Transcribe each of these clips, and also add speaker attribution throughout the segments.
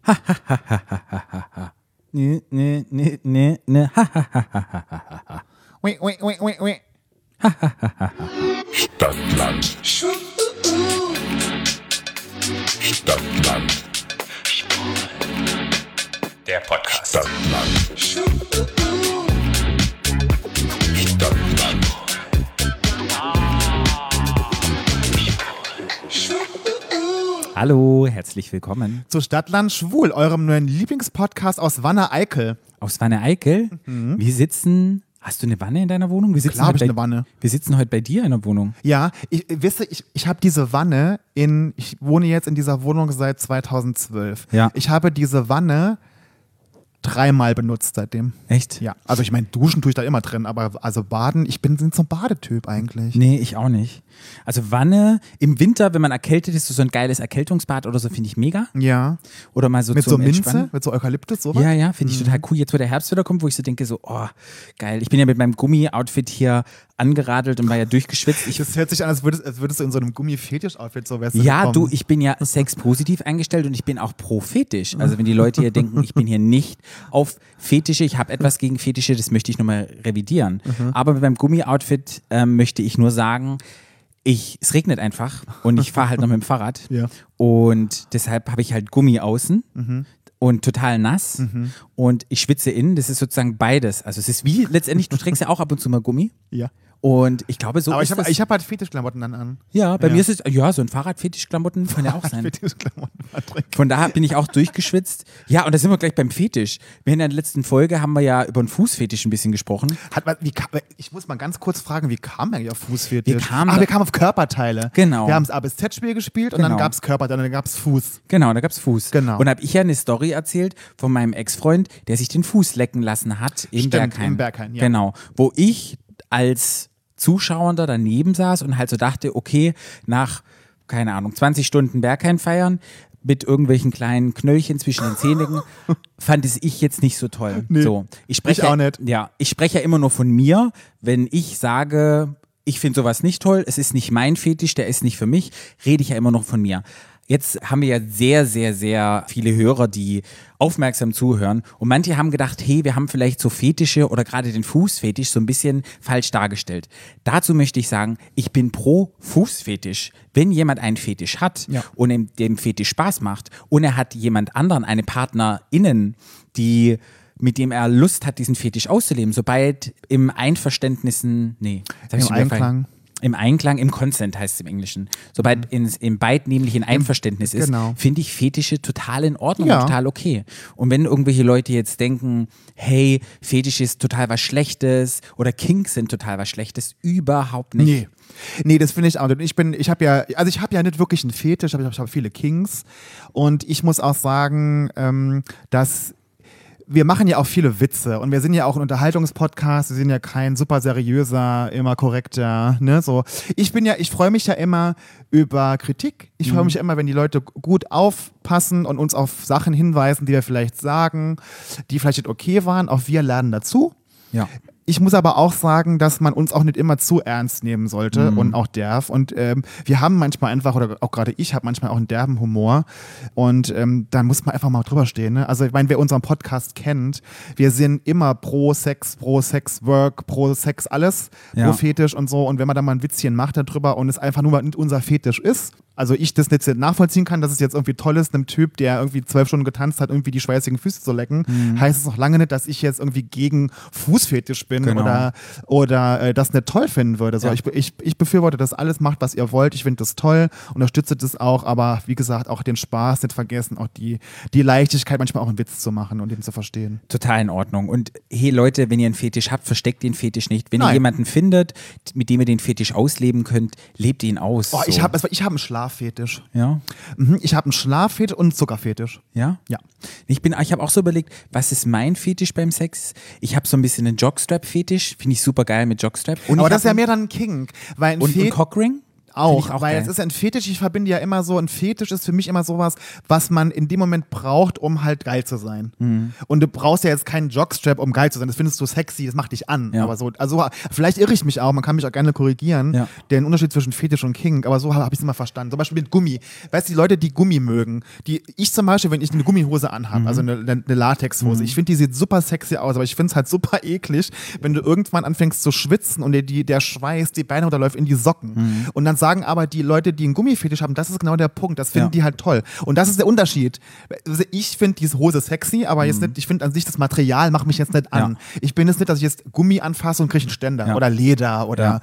Speaker 1: Ha, ha, ha, ha, ha, ha, ha. Nee, nee, nee, nee, nee. Ha, ha, ha, ha, ha, ha, ha, ha. Wait, wait, wait, wait, wait.
Speaker 2: Stadtland. Stadtland.
Speaker 3: Der Podcast.
Speaker 2: Stadtland. Stadtland.
Speaker 1: Hallo, herzlich willkommen
Speaker 4: zu Stadtland Schwul, eurem neuen Lieblingspodcast aus Wanne-Eickel.
Speaker 1: aus Wanne Eickel. Wir sitzen. Hast du eine Wanne in deiner Wohnung? Wir sitzen
Speaker 4: Mhm. Klar hab
Speaker 1: heute
Speaker 4: ich
Speaker 1: bei-
Speaker 4: eine Wanne.
Speaker 1: Wir sitzen heute bei dir in der Wohnung.
Speaker 4: Ja, ich äh, wisse, ich, ich habe diese Wanne in, ich wohne jetzt in dieser Wohnung seit 2012.
Speaker 1: Ja.
Speaker 4: Ich habe diese Wanne dreimal benutzt seitdem.
Speaker 1: Echt?
Speaker 4: Ja, also ich meine, duschen tue ich da immer drin, aber also baden, ich bin so ein Badetyp eigentlich.
Speaker 1: Nee, ich auch nicht. Also Wanne im Winter, wenn man erkältet ist, so ein geiles Erkältungsbad oder so, finde ich mega.
Speaker 4: Ja,
Speaker 1: Oder mal so
Speaker 4: mit
Speaker 1: zum
Speaker 4: so Minze, Mhm.
Speaker 1: Entspannen.
Speaker 4: mit so Eukalyptus, sowas.
Speaker 1: Ja, ja, finde ich total cool. Jetzt, wo der Herbst wieder kommt, wo ich so denke, so, oh, geil. Ich bin ja mit meinem Gummi-Outfit hier angeradelt und war ja durchgeschwitzt. Ich,
Speaker 4: Das hört sich an, als würdest, als würdest du in so einem Gummi-Fetisch-Outfit so wärst
Speaker 1: ja, du,
Speaker 4: gekommen.
Speaker 1: ich bin ja sexpositiv eingestellt und ich bin auch pro Fetisch. Also wenn die Leute hier denken, ich bin hier nicht auf Fetische, ich habe etwas gegen Fetische, das möchte ich nochmal revidieren.
Speaker 4: Mhm.
Speaker 1: Aber mit meinem Gummi-Outfit ähm, möchte ich nur sagen, ich, es regnet einfach und ich fahre halt noch mit dem Fahrrad.
Speaker 4: Ja. Mhm.
Speaker 1: Und deshalb habe ich halt Gummi außen und total nass und ich schwitze innen. Das ist sozusagen beides. Also es ist wie letztendlich, du trägst ja auch ab und zu mal Gummi.
Speaker 4: Ja.
Speaker 1: Und ich glaube, so
Speaker 4: Aber
Speaker 1: ist
Speaker 4: ich habe
Speaker 1: das.
Speaker 4: ich hab halt Fetischklamotten dann an.
Speaker 1: ja, bei
Speaker 4: Ja.
Speaker 1: mir ist es, ja, so ein Fahrradfetischklamotten kann ja auch sein.
Speaker 4: Fetischklamotten, Patrick.
Speaker 1: Von daher bin ich auch durchgeschwitzt. Ja, und da sind wir gleich beim Fetisch. Wir in der letzten Folge haben wir ja über den Fußfetisch ein bisschen gesprochen.
Speaker 4: Hat man, wie, kam- ich muss mal ganz kurz fragen, wie kam eigentlich auf Fußfetisch?
Speaker 1: Wir kamen
Speaker 4: ah,
Speaker 1: da-
Speaker 4: wir kamen auf Körperteile.
Speaker 1: Genau.
Speaker 4: Wir haben das A bis Z-Spiel gespielt und
Speaker 1: Genau.
Speaker 4: dann gab es Körperteile, dann gab es Fuß.
Speaker 1: Genau, da gab's Fuß.
Speaker 4: Genau.
Speaker 1: Und habe ich ja eine Story erzählt von meinem Ex-Freund, der sich den Fuß lecken lassen hat im
Speaker 4: Stimmt,
Speaker 1: Bergheim.
Speaker 4: im Berghain, ja.
Speaker 1: Genau. Wo ich als Zuschauender daneben saß und halt so dachte, okay, nach, keine Ahnung, 20 Stunden Berghain feiern mit irgendwelchen kleinen Knöllchen zwischen den Zähnigen, fand es ich jetzt nicht so toll. so, ich spreche
Speaker 4: ich auch nicht.
Speaker 1: ja, ich spreche ja immer nur von mir, wenn ich sage, ich finde sowas nicht toll, es ist nicht mein Fetisch, der ist nicht für mich, rede ich ja immer noch von mir. Jetzt haben wir ja sehr, sehr, sehr viele Hörer, die aufmerksam zuhören. Und manche haben gedacht, hey, wir haben vielleicht so Fetische oder gerade den Fußfetisch so ein bisschen falsch dargestellt. Dazu möchte ich sagen, ich bin pro Fußfetisch. Wenn jemand einen Fetisch hat
Speaker 4: Ja.
Speaker 1: und ihm- dem Fetisch Spaß macht und er hat jemand anderen, eine Partnerin, die mit dem er Lust hat, diesen Fetisch auszuleben, sobald im Einverständnissen, nee, sag ich's
Speaker 4: Im
Speaker 1: mir falsch.
Speaker 4: Einklang. Mhm.
Speaker 1: Im Einklang, im Consent heißt es im Englischen. Sobald ins, im Beid nämlich in Einverständnis ist,
Speaker 4: genau.
Speaker 1: finde ich Fetische total in Ordnung
Speaker 4: Ja.
Speaker 1: und total okay. Und wenn irgendwelche Leute jetzt denken, hey, Fetisch ist total was Schlechtes oder Kinks sind total was Schlechtes, überhaupt nicht.
Speaker 4: Nee. Nee, das finde ich auch. nicht. Ich bin, ich habe ja, also ich habe ja nicht wirklich einen Fetisch, aber ich habe viele Kings. Und ich muss auch sagen, ähm, dass wir machen ja auch viele Witze und wir sind ja auch ein Unterhaltungspodcast, wir sind ja kein super seriöser, immer korrekter, ne, so. Ich bin ja, ich freue mich ja immer über Kritik. Ich freue mich ja immer, wenn die Leute gut aufpassen und uns auf Sachen hinweisen, die wir vielleicht sagen, die vielleicht nicht okay waren. Auch wir lernen dazu.
Speaker 1: Ja.
Speaker 4: Ich muss aber auch sagen, dass man uns auch nicht immer zu ernst nehmen sollte und auch derf. Und ähm, wir haben manchmal einfach, oder auch gerade ich habe manchmal auch einen derben Humor. Und ähm, da muss man einfach mal drüber stehen. Ne? Also ich meine, wer unseren Podcast kennt, wir sind immer pro Sex, pro Sex-Work, pro Sex alles,
Speaker 1: Ja.
Speaker 4: pro Fetisch und so. Und wenn man da mal ein Witzchen macht darüber und es einfach nur mal nicht unser Fetisch ist, also ich das nicht nachvollziehen kann, dass es jetzt irgendwie toll ist, einem Typ, der irgendwie zwölf Stunden getanzt hat, irgendwie die schweißigen Füße zu lecken, heißt es noch lange nicht, dass ich jetzt irgendwie gegen Fußfetisch bin
Speaker 1: Genau.
Speaker 4: oder, oder äh, das nicht toll finden würde. So,
Speaker 1: Ja.
Speaker 4: ich, ich, ich befürworte das alles, macht, was ihr wollt. Ich finde das toll, unterstütze das auch, aber wie gesagt, auch den Spaß nicht vergessen, auch die, die Leichtigkeit, manchmal auch einen Witz zu machen und den zu verstehen.
Speaker 1: Total in Ordnung. Und hey Leute, wenn ihr einen Fetisch habt, versteckt den Fetisch nicht. Wenn ihr
Speaker 4: Nein.
Speaker 1: jemanden findet, mit dem ihr den Fetisch ausleben könnt, lebt ihn aus.
Speaker 4: Oh,
Speaker 1: so.
Speaker 4: ich habe ich hab einen Schlaffetisch.
Speaker 1: ja,
Speaker 4: Mhm, Ich habe einen Schlaffetisch und einen Zuckerfetisch.
Speaker 1: ja,
Speaker 4: Ja.
Speaker 1: Ich bin, ich habe auch so überlegt, was ist mein Fetisch beim Sex? Ich habe so ein bisschen einen Jogstrap-Fetisch, finde ich super geil mit Jogstrap. Und
Speaker 4: aber
Speaker 1: ich hab
Speaker 4: das ist ja
Speaker 1: einen-
Speaker 4: mehr dann ein Kink, weil ein
Speaker 1: und, und
Speaker 4: Fet
Speaker 1: Cockring. Find
Speaker 4: Auch,
Speaker 1: ich auch
Speaker 4: weil
Speaker 1: geil.
Speaker 4: es ist ein Fetisch, ich verbinde ja immer so, ein Fetisch ist für mich immer sowas, was man in dem Moment braucht, um halt geil zu sein. Und du brauchst ja jetzt keinen Jockstrap, um geil zu sein. Das findest du sexy, das macht dich an.
Speaker 1: Ja.
Speaker 4: Aber so, also vielleicht irre ich mich auch, man kann mich auch gerne korrigieren,
Speaker 1: Ja.
Speaker 4: den Unterschied zwischen Fetisch und King, aber so habe hab ich es immer verstanden. Zum Beispiel mit Gummi. Weißt du, die Leute, die Gummi mögen, die ich zum Beispiel, wenn ich eine Gummihose anhabe, also eine, eine eine Latexhose, ich finde, die sieht super sexy aus, aber ich finde es halt super eklig, wenn du irgendwann anfängst zu schwitzen und dir die, der Schweiß die Beine runterläuft in die Socken. Und dann sagen aber die Leute, die einen Gummifetisch haben, das ist genau der Punkt, das finden
Speaker 1: Ja.
Speaker 4: die halt toll. Und das ist der Unterschied. Also Ich finde diese Hose sexy, aber jetzt nicht, ich finde an sich das Material macht mich jetzt nicht an. Ich bin jetzt nicht, dass ich jetzt Gummi anfasse und kriege einen Ständer
Speaker 1: Ja.
Speaker 4: oder Leder oder
Speaker 1: Ja.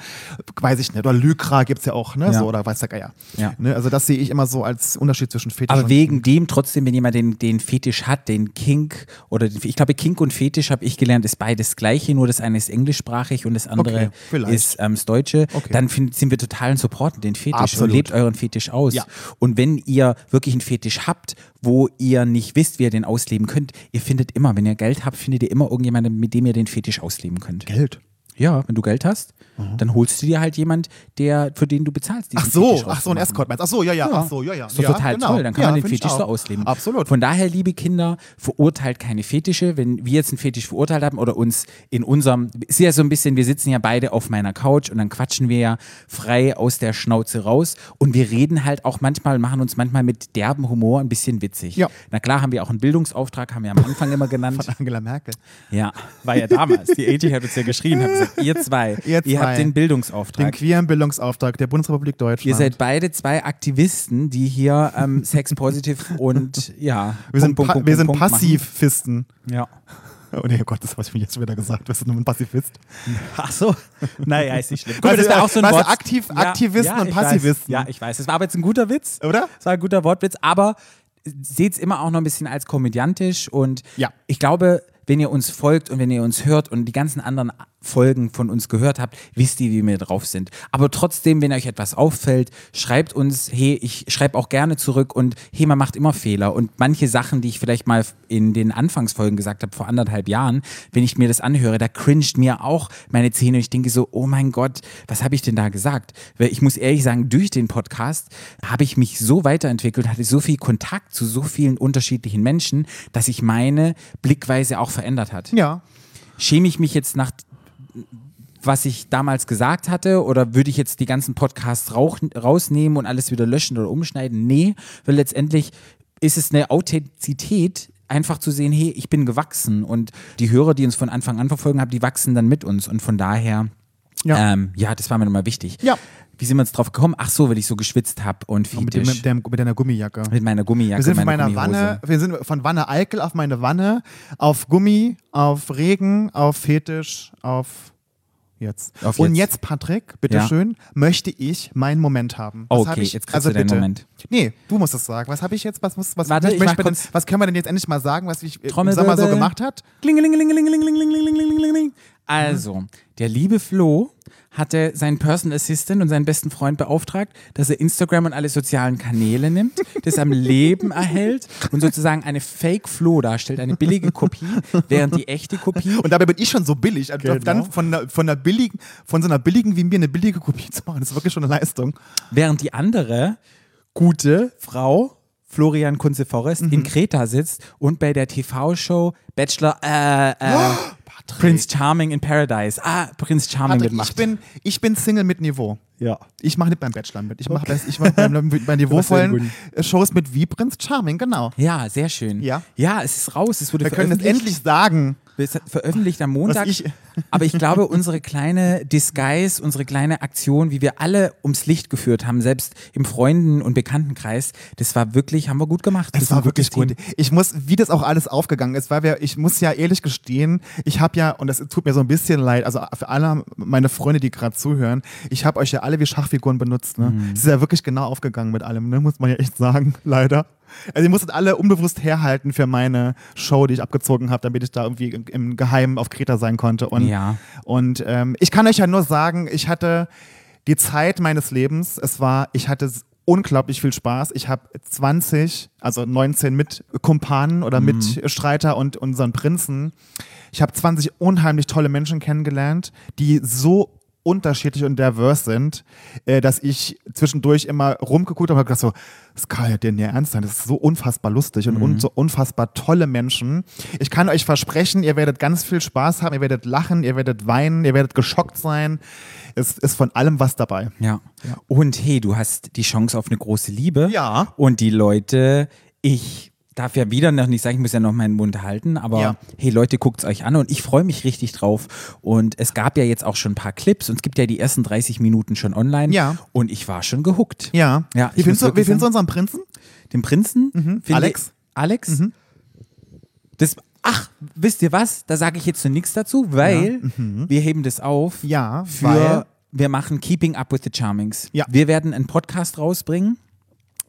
Speaker 4: weiß ich nicht, oder Lycra gibt es ja auch, ne?
Speaker 1: Ja.
Speaker 4: So, oder weiß der Geier.
Speaker 1: Ja.
Speaker 4: Ne? Also das sehe ich immer so als Unterschied zwischen Fetisch
Speaker 1: Aber
Speaker 4: und
Speaker 1: wegen dem trotzdem, wenn jemand den, den Fetisch hat, den Kink oder den, ich glaube Kink und Fetisch habe ich gelernt, ist beides gleiche, nur das eine ist englischsprachig und das andere
Speaker 4: Okay, vielleicht.
Speaker 1: ist ähm, das Deutsche.
Speaker 4: Okay.
Speaker 1: Dann find, sind wir total und supporten den Fetisch
Speaker 4: Absolut.
Speaker 1: und lebt euren Fetisch aus.
Speaker 4: Ja.
Speaker 1: Und wenn ihr wirklich einen Fetisch habt, wo ihr nicht wisst, wie ihr den ausleben könnt, ihr findet immer, wenn ihr Geld habt, findet ihr immer irgendjemanden, mit dem ihr den Fetisch ausleben könnt.
Speaker 4: Geld. Mhm.
Speaker 1: Ja, wenn du Geld hast, dann holst du dir halt jemand, der für den du bezahlst. diesen
Speaker 4: Ach so,
Speaker 1: Fetisch
Speaker 4: ach so, ein
Speaker 1: rauszumachen.
Speaker 4: Escort meinst. Ach so, ja, ja, ach so, ja, ja.
Speaker 1: Ist doch
Speaker 4: ja,
Speaker 1: total
Speaker 4: genau.
Speaker 1: toll, dann kann
Speaker 4: ja,
Speaker 1: man den
Speaker 4: find ich
Speaker 1: Fetisch so
Speaker 4: auch.
Speaker 1: ausleben.
Speaker 4: Absolut.
Speaker 1: Von daher, liebe Kinder, verurteilt keine Fetische. Wenn wir jetzt einen Fetisch verurteilt haben oder uns in unserem, ist ja so ein bisschen, wir sitzen ja beide auf meiner Couch und dann quatschen wir ja frei aus der Schnauze raus und wir reden halt auch manchmal, machen uns manchmal mit derben Humor ein bisschen witzig.
Speaker 4: Ja.
Speaker 1: Na klar, haben wir auch einen Bildungsauftrag, haben wir am Anfang immer genannt.
Speaker 4: Angela Merkel.
Speaker 1: Ja, war ja damals. Die AG hat uns ja geschrien, hat gesagt, ihr zwei,
Speaker 4: Ihr
Speaker 1: ihr
Speaker 4: zwei.
Speaker 1: habt den
Speaker 4: Den
Speaker 1: Bildungsauftrag.
Speaker 4: queeren Bildungsauftrag der Bundesrepublik Deutschland.
Speaker 1: Ihr seid beide zwei Aktivisten, die hier ähm, Sex positiv und ja.
Speaker 4: wir sind,
Speaker 1: Punkt,
Speaker 4: pa-
Speaker 1: Punkt,
Speaker 4: wir
Speaker 1: Punkt,
Speaker 4: sind
Speaker 1: Punkt machen.
Speaker 4: Passivfisten.
Speaker 1: Ja.
Speaker 4: Oh nee, oh Gott, das habe ich mir jetzt schon wieder gesagt. Bist du nur ein Passivist?
Speaker 1: Ach so. Naja, ist nicht schlimm. Guck, mal, das
Speaker 4: Weißt du,
Speaker 1: war auch so ein
Speaker 4: Also weißt du,
Speaker 1: Wort.
Speaker 4: aktiv- Aktivisten und
Speaker 1: ich Weiß,
Speaker 4: Passivisten.
Speaker 1: ja, ich weiß. Das war aber jetzt ein guter Witz.
Speaker 4: Oder?
Speaker 1: Das war ein guter Wortwitz, aber seht es immer auch noch ein bisschen als komödiantisch und
Speaker 4: Ja.
Speaker 1: ich glaube, wenn ihr uns folgt und wenn ihr uns hört und die ganzen anderen Folgen von uns gehört habt, wisst ihr, wie wir drauf sind. Aber trotzdem, wenn euch etwas auffällt, schreibt uns, hey, ich schreibe auch gerne zurück und hey, man macht immer Fehler. Und manche Sachen, die ich vielleicht mal in den Anfangsfolgen gesagt habe, vor anderthalb Jahren, wenn ich mir das anhöre, da cringet mir auch meine Zähne und ich denke so, oh mein Gott, was habe ich denn da gesagt? Weil ich muss ehrlich sagen, durch den Podcast habe ich mich so weiterentwickelt, hatte so viel Kontakt zu so vielen unterschiedlichen Menschen, dass ich meine Blickweise auch verändert hat.
Speaker 4: Ja.
Speaker 1: Schäme ich mich jetzt nach was ich damals gesagt hatte oder würde ich jetzt die ganzen Podcasts rauch, rausnehmen und alles wieder löschen oder umschneiden? Nee, weil letztendlich ist es eine Authentizität, einfach zu sehen, hey, ich bin gewachsen und die Hörer, die uns von Anfang an verfolgen haben, die wachsen dann mit uns und von daher,
Speaker 4: Ja.
Speaker 1: ja, ähm, ja das war mir nochmal wichtig.
Speaker 4: Ja.
Speaker 1: Wie sind wir jetzt drauf gekommen? Ach so, weil ich so geschwitzt habe und
Speaker 4: mit, dem,
Speaker 1: fetisch.
Speaker 4: mit, dem, mit deiner Gummijacke.
Speaker 1: Mit meiner Gummijacke,
Speaker 4: Wir sind von
Speaker 1: meiner
Speaker 4: meiner
Speaker 1: Gummihose.
Speaker 4: Wanne, wir sind von Wanne Eickel auf meine Wanne, auf Gummi, auf Regen, auf Fetisch, auf jetzt.
Speaker 1: Auf
Speaker 4: Und
Speaker 1: jetzt.
Speaker 4: jetzt, Patrick, bitteschön,
Speaker 1: Ja.
Speaker 4: schön, möchte ich meinen Moment haben. Was
Speaker 1: Okay,
Speaker 4: hab ich, Also
Speaker 1: jetzt kriegst du deinen Moment.
Speaker 4: Nee, du musst es sagen. Was habe ich jetzt? Was muss was,
Speaker 1: Warte,
Speaker 4: was,
Speaker 1: ich
Speaker 4: möchte
Speaker 1: mach
Speaker 4: man denn-
Speaker 1: kurz-
Speaker 4: was können wir denn jetzt endlich mal sagen, was ich äh, im
Speaker 1: Trommelwirbel.
Speaker 4: Sommer so gemacht hat?
Speaker 1: Klingelingelingelingelingelingelingelingeling. Also, der liebe Flo hatte seinen Personal Assistant und seinen besten Freund beauftragt, dass er Instagram und alle sozialen Kanäle nimmt, das am Leben erhält und sozusagen eine Fake Flo darstellt, eine billige Kopie, während die echte Kopie
Speaker 4: Und dabei bin ich schon so billig. Also
Speaker 1: Genau.
Speaker 4: Dann von einer, von einer billigen, von so einer billigen wie mir eine billige Kopie zu machen, das ist wirklich schon eine Leistung.
Speaker 1: Während die andere gute Frau, Florian Kunze Forrest,
Speaker 4: Mhm.
Speaker 1: in Kreta sitzt und bei der TV-Show Bachelor äh,
Speaker 4: Oh,
Speaker 1: äh, Prince Charming in Paradise. Ah, Prince Charming
Speaker 4: Patrick,
Speaker 1: mitmacht.
Speaker 4: ich bin, ich bin Single mit Niveau.
Speaker 1: ja.
Speaker 4: Ich mache nicht beim Bachelor mit. Ich mache ich mach beim, bei niveauvollen Shows mit wie Prinz Charming, genau.
Speaker 1: Ja, sehr schön.
Speaker 4: Ja.
Speaker 1: ja, es ist raus. Es wurde
Speaker 4: Wir können es
Speaker 1: veröffentlicht.
Speaker 4: endlich sagen.
Speaker 1: Es veröffentlicht am Montag.
Speaker 4: Was ich-
Speaker 1: aber ich glaube, unsere kleine Disguise, unsere kleine Aktion, wie wir alle ums Licht geführt haben, selbst im Freunden- und Bekanntenkreis, das war wirklich, haben wir gut gemacht.
Speaker 4: Das
Speaker 1: Wir sind
Speaker 4: war
Speaker 1: ein gutes
Speaker 4: wirklich gut.
Speaker 1: Team.
Speaker 4: Ich muss, wie das auch alles aufgegangen ist, weil wir, ich muss ja ehrlich gestehen, ich habe ja, und das tut mir so ein bisschen leid, also für alle meine Freunde, die gerade zuhören, ich habe euch ja alle wie Schachfiguren benutzt. Ne? Es ist ja wirklich genau aufgegangen mit allem, ne? muss man ja echt sagen, leider. Also ihr musstet alle unbewusst herhalten für meine Show, die ich abgezogen habe, damit ich da irgendwie im, im Geheimen auf Kreta sein konnte. Und,
Speaker 1: Ja.
Speaker 4: und ähm, ich kann euch ja nur sagen, ich hatte die Zeit meines Lebens, es war, ich hatte s- unglaublich viel Spaß. Ich habe 20, also 19 mit Kumpanen oder mit Streiter und unseren Prinzen. Ich habe 20 unheimlich tolle Menschen kennengelernt, die so unterschiedlich und diverse sind, äh, dass ich zwischendurch immer rumgeguckt habe und hab gedacht so, das kann ja denn ja ernst sein, das ist so unfassbar lustig und un so unfassbar tolle Menschen. Ich kann euch versprechen, ihr werdet ganz viel Spaß haben, ihr werdet lachen, ihr werdet weinen, ihr werdet geschockt sein. Es ist von allem was dabei.
Speaker 1: Ja. Und hey, du hast die Chance auf eine große Liebe.
Speaker 4: Ja.
Speaker 1: Und die Leute, ich darf ja wieder noch nicht sagen, ich muss ja noch meinen Mund halten, aber
Speaker 4: Ja.
Speaker 1: hey Leute, guckt's euch an und ich freue mich richtig drauf. Und es gab ja jetzt auch schon ein paar Clips und es gibt ja die ersten 30 Minuten schon online.
Speaker 4: Ja.
Speaker 1: Und ich war schon gehuckt.
Speaker 4: Ja.
Speaker 1: Ja,
Speaker 4: Wie
Speaker 1: ich
Speaker 4: findest
Speaker 1: muss
Speaker 4: du, wie
Speaker 1: wirklich
Speaker 4: findest
Speaker 1: sagen-
Speaker 4: du unseren Prinzen?
Speaker 1: Den Prinzen? finde
Speaker 4: Mhm. Alex? Mhm.
Speaker 1: Ich, Alex? Das, ach, wisst ihr was? Da sage ich jetzt noch nichts dazu, weil wir heben das auf.
Speaker 4: Mhm. Ja,
Speaker 1: für,
Speaker 4: weil-
Speaker 1: wir machen Keeping Up with the Charmings.
Speaker 4: Ja.
Speaker 1: Wir werden einen Podcast rausbringen,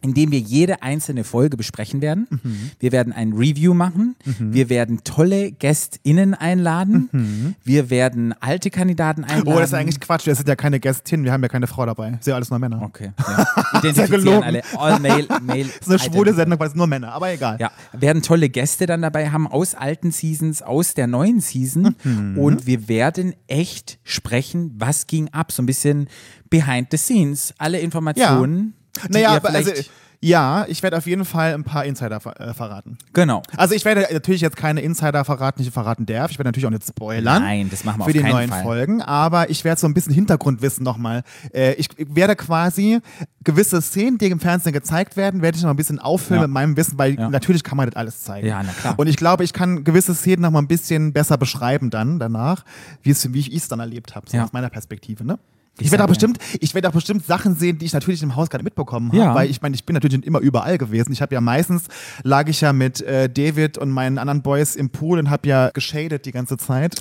Speaker 1: in dem wir jede einzelne Folge besprechen werden.
Speaker 4: Mhm.
Speaker 1: Wir werden ein Review machen. Wir werden tolle GästInnen einladen. Wir werden alte Kandidaten einladen.
Speaker 4: Mhm. Oh, das ist eigentlich Quatsch. Wir sind ja keine Gästin, wir haben ja keine Frau dabei. Sind ja alles nur Männer.
Speaker 1: Okay. Ja. Identifizieren
Speaker 4: gelogen.
Speaker 1: alle. All male, male.
Speaker 4: Das ist eine schwule
Speaker 1: identity.
Speaker 4: Sendung, weil es nur Männer, aber egal.
Speaker 1: Ja, werden tolle Gäste dann dabei haben aus alten Seasons, aus der neuen Season.
Speaker 4: Mhm.
Speaker 1: Und wir werden echt sprechen, was ging ab. So ein bisschen behind the scenes. Alle Informationen. die
Speaker 4: Naja,
Speaker 1: ihr
Speaker 4: aber also,
Speaker 1: vielleicht-
Speaker 4: ja, ich werde auf jeden Fall ein paar Insider ver äh, verraten.
Speaker 1: Genau.
Speaker 4: Also ich werde natürlich jetzt keine Insider verraten, die ich verraten darf. Ich werde natürlich auch nicht spoilern.
Speaker 1: Nein, das machen wir
Speaker 4: Für
Speaker 1: auf
Speaker 4: die
Speaker 1: keinen
Speaker 4: neuen
Speaker 1: Fall.
Speaker 4: Folgen, aber ich werde so ein bisschen Hintergrundwissen nochmal. Äh, ich ich werde quasi gewisse Szenen, die im Fernsehen gezeigt werden, werde ich noch ein bisschen auffüllen
Speaker 1: Ja.
Speaker 4: mit meinem Wissen, weil
Speaker 1: Ja.
Speaker 4: natürlich kann man nicht alles zeigen.
Speaker 1: Ja, na klar.
Speaker 4: Und ich glaube, ich kann gewisse Szenen nochmal ein bisschen besser beschreiben dann danach, wie es- wie ich es dann erlebt habe, so
Speaker 1: Ja.
Speaker 4: aus meiner Perspektive, ne?
Speaker 1: Ich
Speaker 4: Ich, werde
Speaker 1: sag
Speaker 4: auch
Speaker 1: ja.
Speaker 4: bestimmt, ich werde auch bestimmt Sachen sehen, die ich natürlich im Haus gerade mitbekommen habe,
Speaker 1: Ja.
Speaker 4: weil ich meine, ich bin natürlich nicht immer überall gewesen. Ich habe ja meistens lag ich ja mit äh, David und meinen anderen Boys im Pool und habe ja geshadet die ganze Zeit.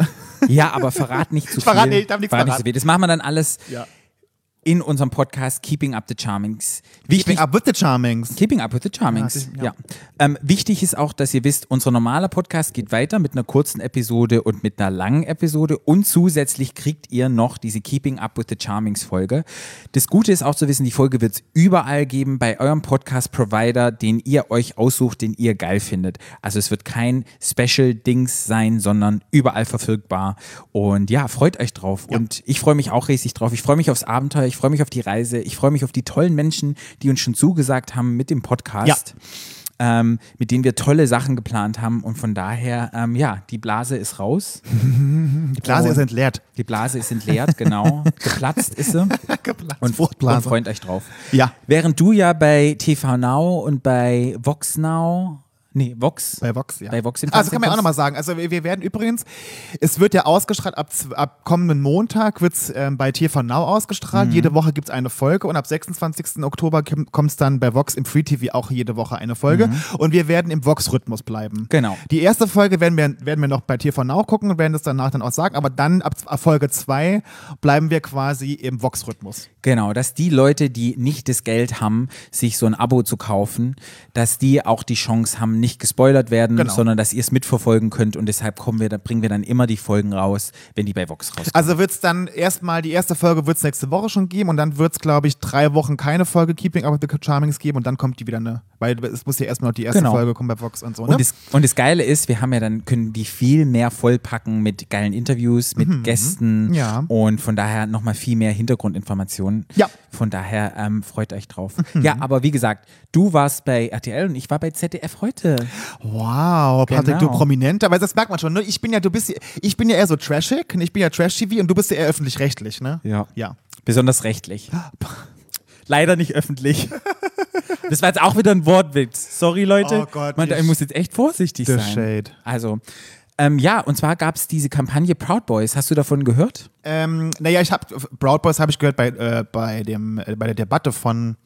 Speaker 1: Ja, aber verrat nicht zu viel.
Speaker 4: verrate nicht, ich darf nichts
Speaker 1: Verrat
Speaker 4: verraten.
Speaker 1: viel. Das machen wir dann alles
Speaker 4: Ja.
Speaker 1: in unserem Podcast Keeping Up the Charmings.
Speaker 4: Ich bin up with the Charmings.
Speaker 1: Keeping Up with the Charmings.
Speaker 4: Ja,
Speaker 1: Ja,
Speaker 4: das- ja.
Speaker 1: Ähm, wichtig ist auch, dass ihr wisst, unser normaler Podcast geht weiter mit einer kurzen Episode und mit einer langen Episode und zusätzlich kriegt ihr noch diese Keeping Up with the Charmings Folge. Das Gute ist auch zu wissen, die Folge wird es überall geben bei eurem Podcast Provider, den ihr euch aussucht, den ihr geil findet. Also es wird kein Special Dings sein, sondern überall verfügbar. Und ja, freut euch drauf. Und ich freue mich auch riesig drauf. Ich freue mich aufs Abenteuer, ich freue mich auf die Reise, ich freue mich auf die tollen Menschen, die uns schon zugesagt haben mit dem Podcast
Speaker 4: Ja.
Speaker 1: ähm, mit denen wir tolle Sachen geplant haben. Und von daher, ähm, ja, die Blase ist raus.
Speaker 4: Die Blase ist entleert.
Speaker 1: Die Blase ist entleert, genau. Geplatzt ist sie. Und, und
Speaker 4: Fruchtblase.
Speaker 1: freut euch drauf.
Speaker 4: Ja.
Speaker 1: Während du ja bei TV Now und bei Vox Now, nee, Vox,
Speaker 4: Bei Vox, ja.
Speaker 1: Bei Vox im
Speaker 4: Also kann man
Speaker 1: Fernsehen
Speaker 4: ja auch nochmal sagen. Also wir wir werden übrigens, es wird ja ausgestrahlt, ab, zw- ab kommenden Montag wird es ähm, bei TV Now
Speaker 1: Mhm.
Speaker 4: ausgestrahlt. Jede Woche gibt es eine Folge und ab 26. Oktober kommt es dann bei Vox im Free TV auch jede Woche eine Folge. Und wir werden im Vox-Rhythmus bleiben.
Speaker 1: Mhm. Genau.
Speaker 4: Die erste Folge werden wir, werden wir noch bei TV Now gucken und werden das danach dann auch sagen. Aber dann ab ab Folge 2 bleiben wir quasi im Vox-Rhythmus.
Speaker 1: genau, dass die Leute, die nicht das Geld haben, sich so ein Abo zu kaufen, dass die auch die Chance haben, nicht gespoilert werden,
Speaker 4: Genau.
Speaker 1: sondern dass ihr es mitverfolgen könnt. Und deshalb kommen wir, da bringen wir dann immer die Folgen raus, wenn die bei Vox rauskommen.
Speaker 4: Also wird's dann erstmal, die erste Folge wird's nächste Woche schon geben und dann wird's glaube ich, drei Wochen keine Folge Keeping Up with the Charmings geben und dann kommt die wieder eine, weil es muss ja erstmal noch die erste
Speaker 1: Genau.
Speaker 4: Folge kommen bei Vox und so, ne?
Speaker 1: Und das, und das Geile ist, wir haben ja dann, können die viel mehr vollpacken mit geilen Interviews, mit Gästen
Speaker 4: Mhm. Ja.
Speaker 1: und von daher nochmal viel mehr Hintergrundinformationen.
Speaker 4: Ja. Mhm.
Speaker 1: Von daher ähm, freut euch drauf. Ja, aber wie gesagt, du warst bei RTL und ich war bei ZDF heute.
Speaker 4: wow, Patrick,
Speaker 1: Genau.
Speaker 4: du Prominenter, aber das merkt man schon, ne? Ich bin ja, du bist, ich bin ja eher so trashig, ne? ich bin ja Trash-TV und du bist ja eher öffentlich-rechtlich, ne?
Speaker 1: Ja.
Speaker 4: Ja.
Speaker 1: Besonders rechtlich. Leider nicht öffentlich. Das war jetzt auch wieder ein Wortwitz. Sorry, Leute.
Speaker 4: Oh Gott,
Speaker 1: Man
Speaker 4: ich-
Speaker 1: ich muss jetzt echt vorsichtig
Speaker 4: The
Speaker 1: sein.
Speaker 4: shade.
Speaker 1: Also, ähm, ja, und zwar gab es diese Kampagne Proud Boys. Hast du davon gehört?
Speaker 4: Ähm, naja, ich habe Broad Boys habe ich gehört bei, äh, bei, dem, äh, bei der Debatte von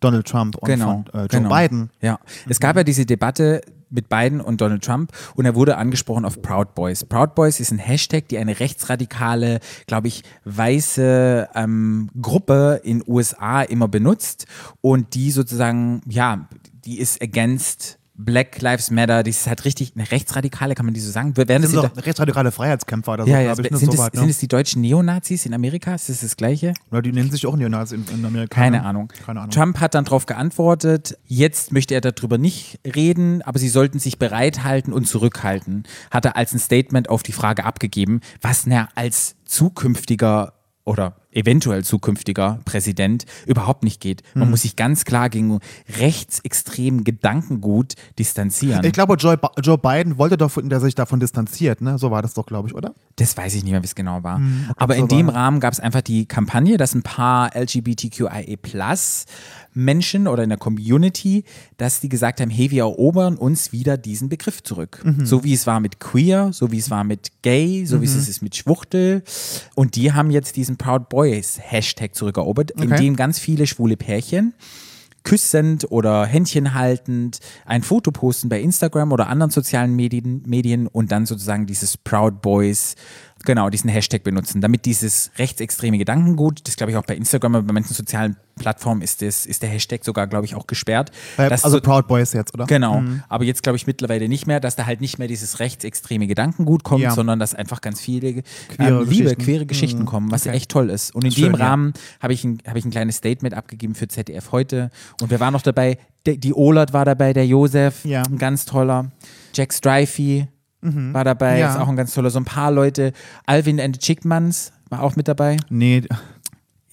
Speaker 4: Donald Trump und
Speaker 1: genau,
Speaker 4: von äh, Joe
Speaker 1: genau.
Speaker 4: Biden.
Speaker 1: Ja, es gab ja diese Debatte mit Biden und Donald Trump und er wurde angesprochen auf Proud Boys. Proud Boys ist ein Hashtag, die eine rechtsradikale, glaube ich, weiße ähm, Gruppe in USA immer benutzt und die sozusagen, ja, die ist against Black Lives Matter, die ist halt richtig eine rechtsradikale, kann man die so sagen? Wir werden es
Speaker 4: Das sind
Speaker 1: hinter-
Speaker 4: doch rechtsradikale Freiheitskämpfer oder so,
Speaker 1: ja, ja,
Speaker 4: glaube ich.
Speaker 1: sind,
Speaker 4: Ne?
Speaker 1: es,
Speaker 4: so weit,
Speaker 1: sind
Speaker 4: ne?
Speaker 1: es die deutschen Neonazis in Amerika? Ist das das Gleiche?
Speaker 4: Oder die nennen sich auch Neonazis in, in Amerika.
Speaker 1: Keine
Speaker 4: ne?
Speaker 1: Ahnung.
Speaker 4: Keine Ahnung.
Speaker 1: Trump hat dann darauf geantwortet, jetzt möchte er darüber nicht reden, aber sie sollten sich bereithalten und zurückhalten. Hat er als ein Statement auf die Frage abgegeben, was er als zukünftiger oder eventuell zukünftiger Präsident überhaupt nicht geht. Man
Speaker 4: Hm.
Speaker 1: muss sich ganz klar gegen rechtsextremen Gedankengut distanzieren.
Speaker 4: Ich glaube, Joe, Bi- Joe Biden wollte doch, von- dass er sich davon distanziert, ne? So war das doch, glaube ich, oder?
Speaker 1: Das weiß ich nicht mehr, wie es genau war. Aber
Speaker 4: so
Speaker 1: in dem
Speaker 4: war
Speaker 1: Rahmen gab es einfach die Kampagne, dass ein paar LGBTQIA Menschen oder in der Community, dass die gesagt haben, hey, wir erobern uns wieder diesen Begriff zurück. So wie es war mit queer, so wie es war mit gay, so wie es ist mit Schwuchtel. Und die haben jetzt diesen Proud Boys Hashtag zurückerobert, in
Speaker 4: Okay.
Speaker 1: dem ganz viele schwule Pärchen küssend oder Händchen haltend ein Foto posten bei Instagram oder anderen sozialen Medien, Medien und dann sozusagen dieses Proud Boys, genau, diesen Hashtag benutzen, damit dieses rechtsextreme Gedankengut, das glaube ich auch bei Instagram, aber bei manchen sozialen Plattformen ist, das, ist der Hashtag sogar, glaube ich, auch gesperrt.
Speaker 4: Weil-
Speaker 1: dass
Speaker 4: also
Speaker 1: so-
Speaker 4: Proud Boys jetzt, oder?
Speaker 1: Genau, aber jetzt glaube ich mittlerweile nicht mehr, dass da halt nicht mehr dieses rechtsextreme Gedankengut kommt,
Speaker 4: Ja.
Speaker 1: sondern dass einfach ganz viele
Speaker 4: Queere
Speaker 1: ähm, liebe,
Speaker 4: Geschichten. Mhm.
Speaker 1: queere Geschichten kommen, was echt toll ist. Und in
Speaker 4: Schön,
Speaker 1: dem
Speaker 4: ja.
Speaker 1: Rahmen habe ich, ein- habe ich ein kleines Statement abgegeben für ZDF heute und wir waren noch dabei, De, die Olert war dabei, der Josef,
Speaker 4: Ja. Mhm.
Speaker 1: ein ganz toller, Jack Strifey war dabei,
Speaker 4: Ja.
Speaker 1: ist auch ein ganz toller, so ein paar Leute, Alvin and the Chickmans war auch mit dabei.
Speaker 4: Nee,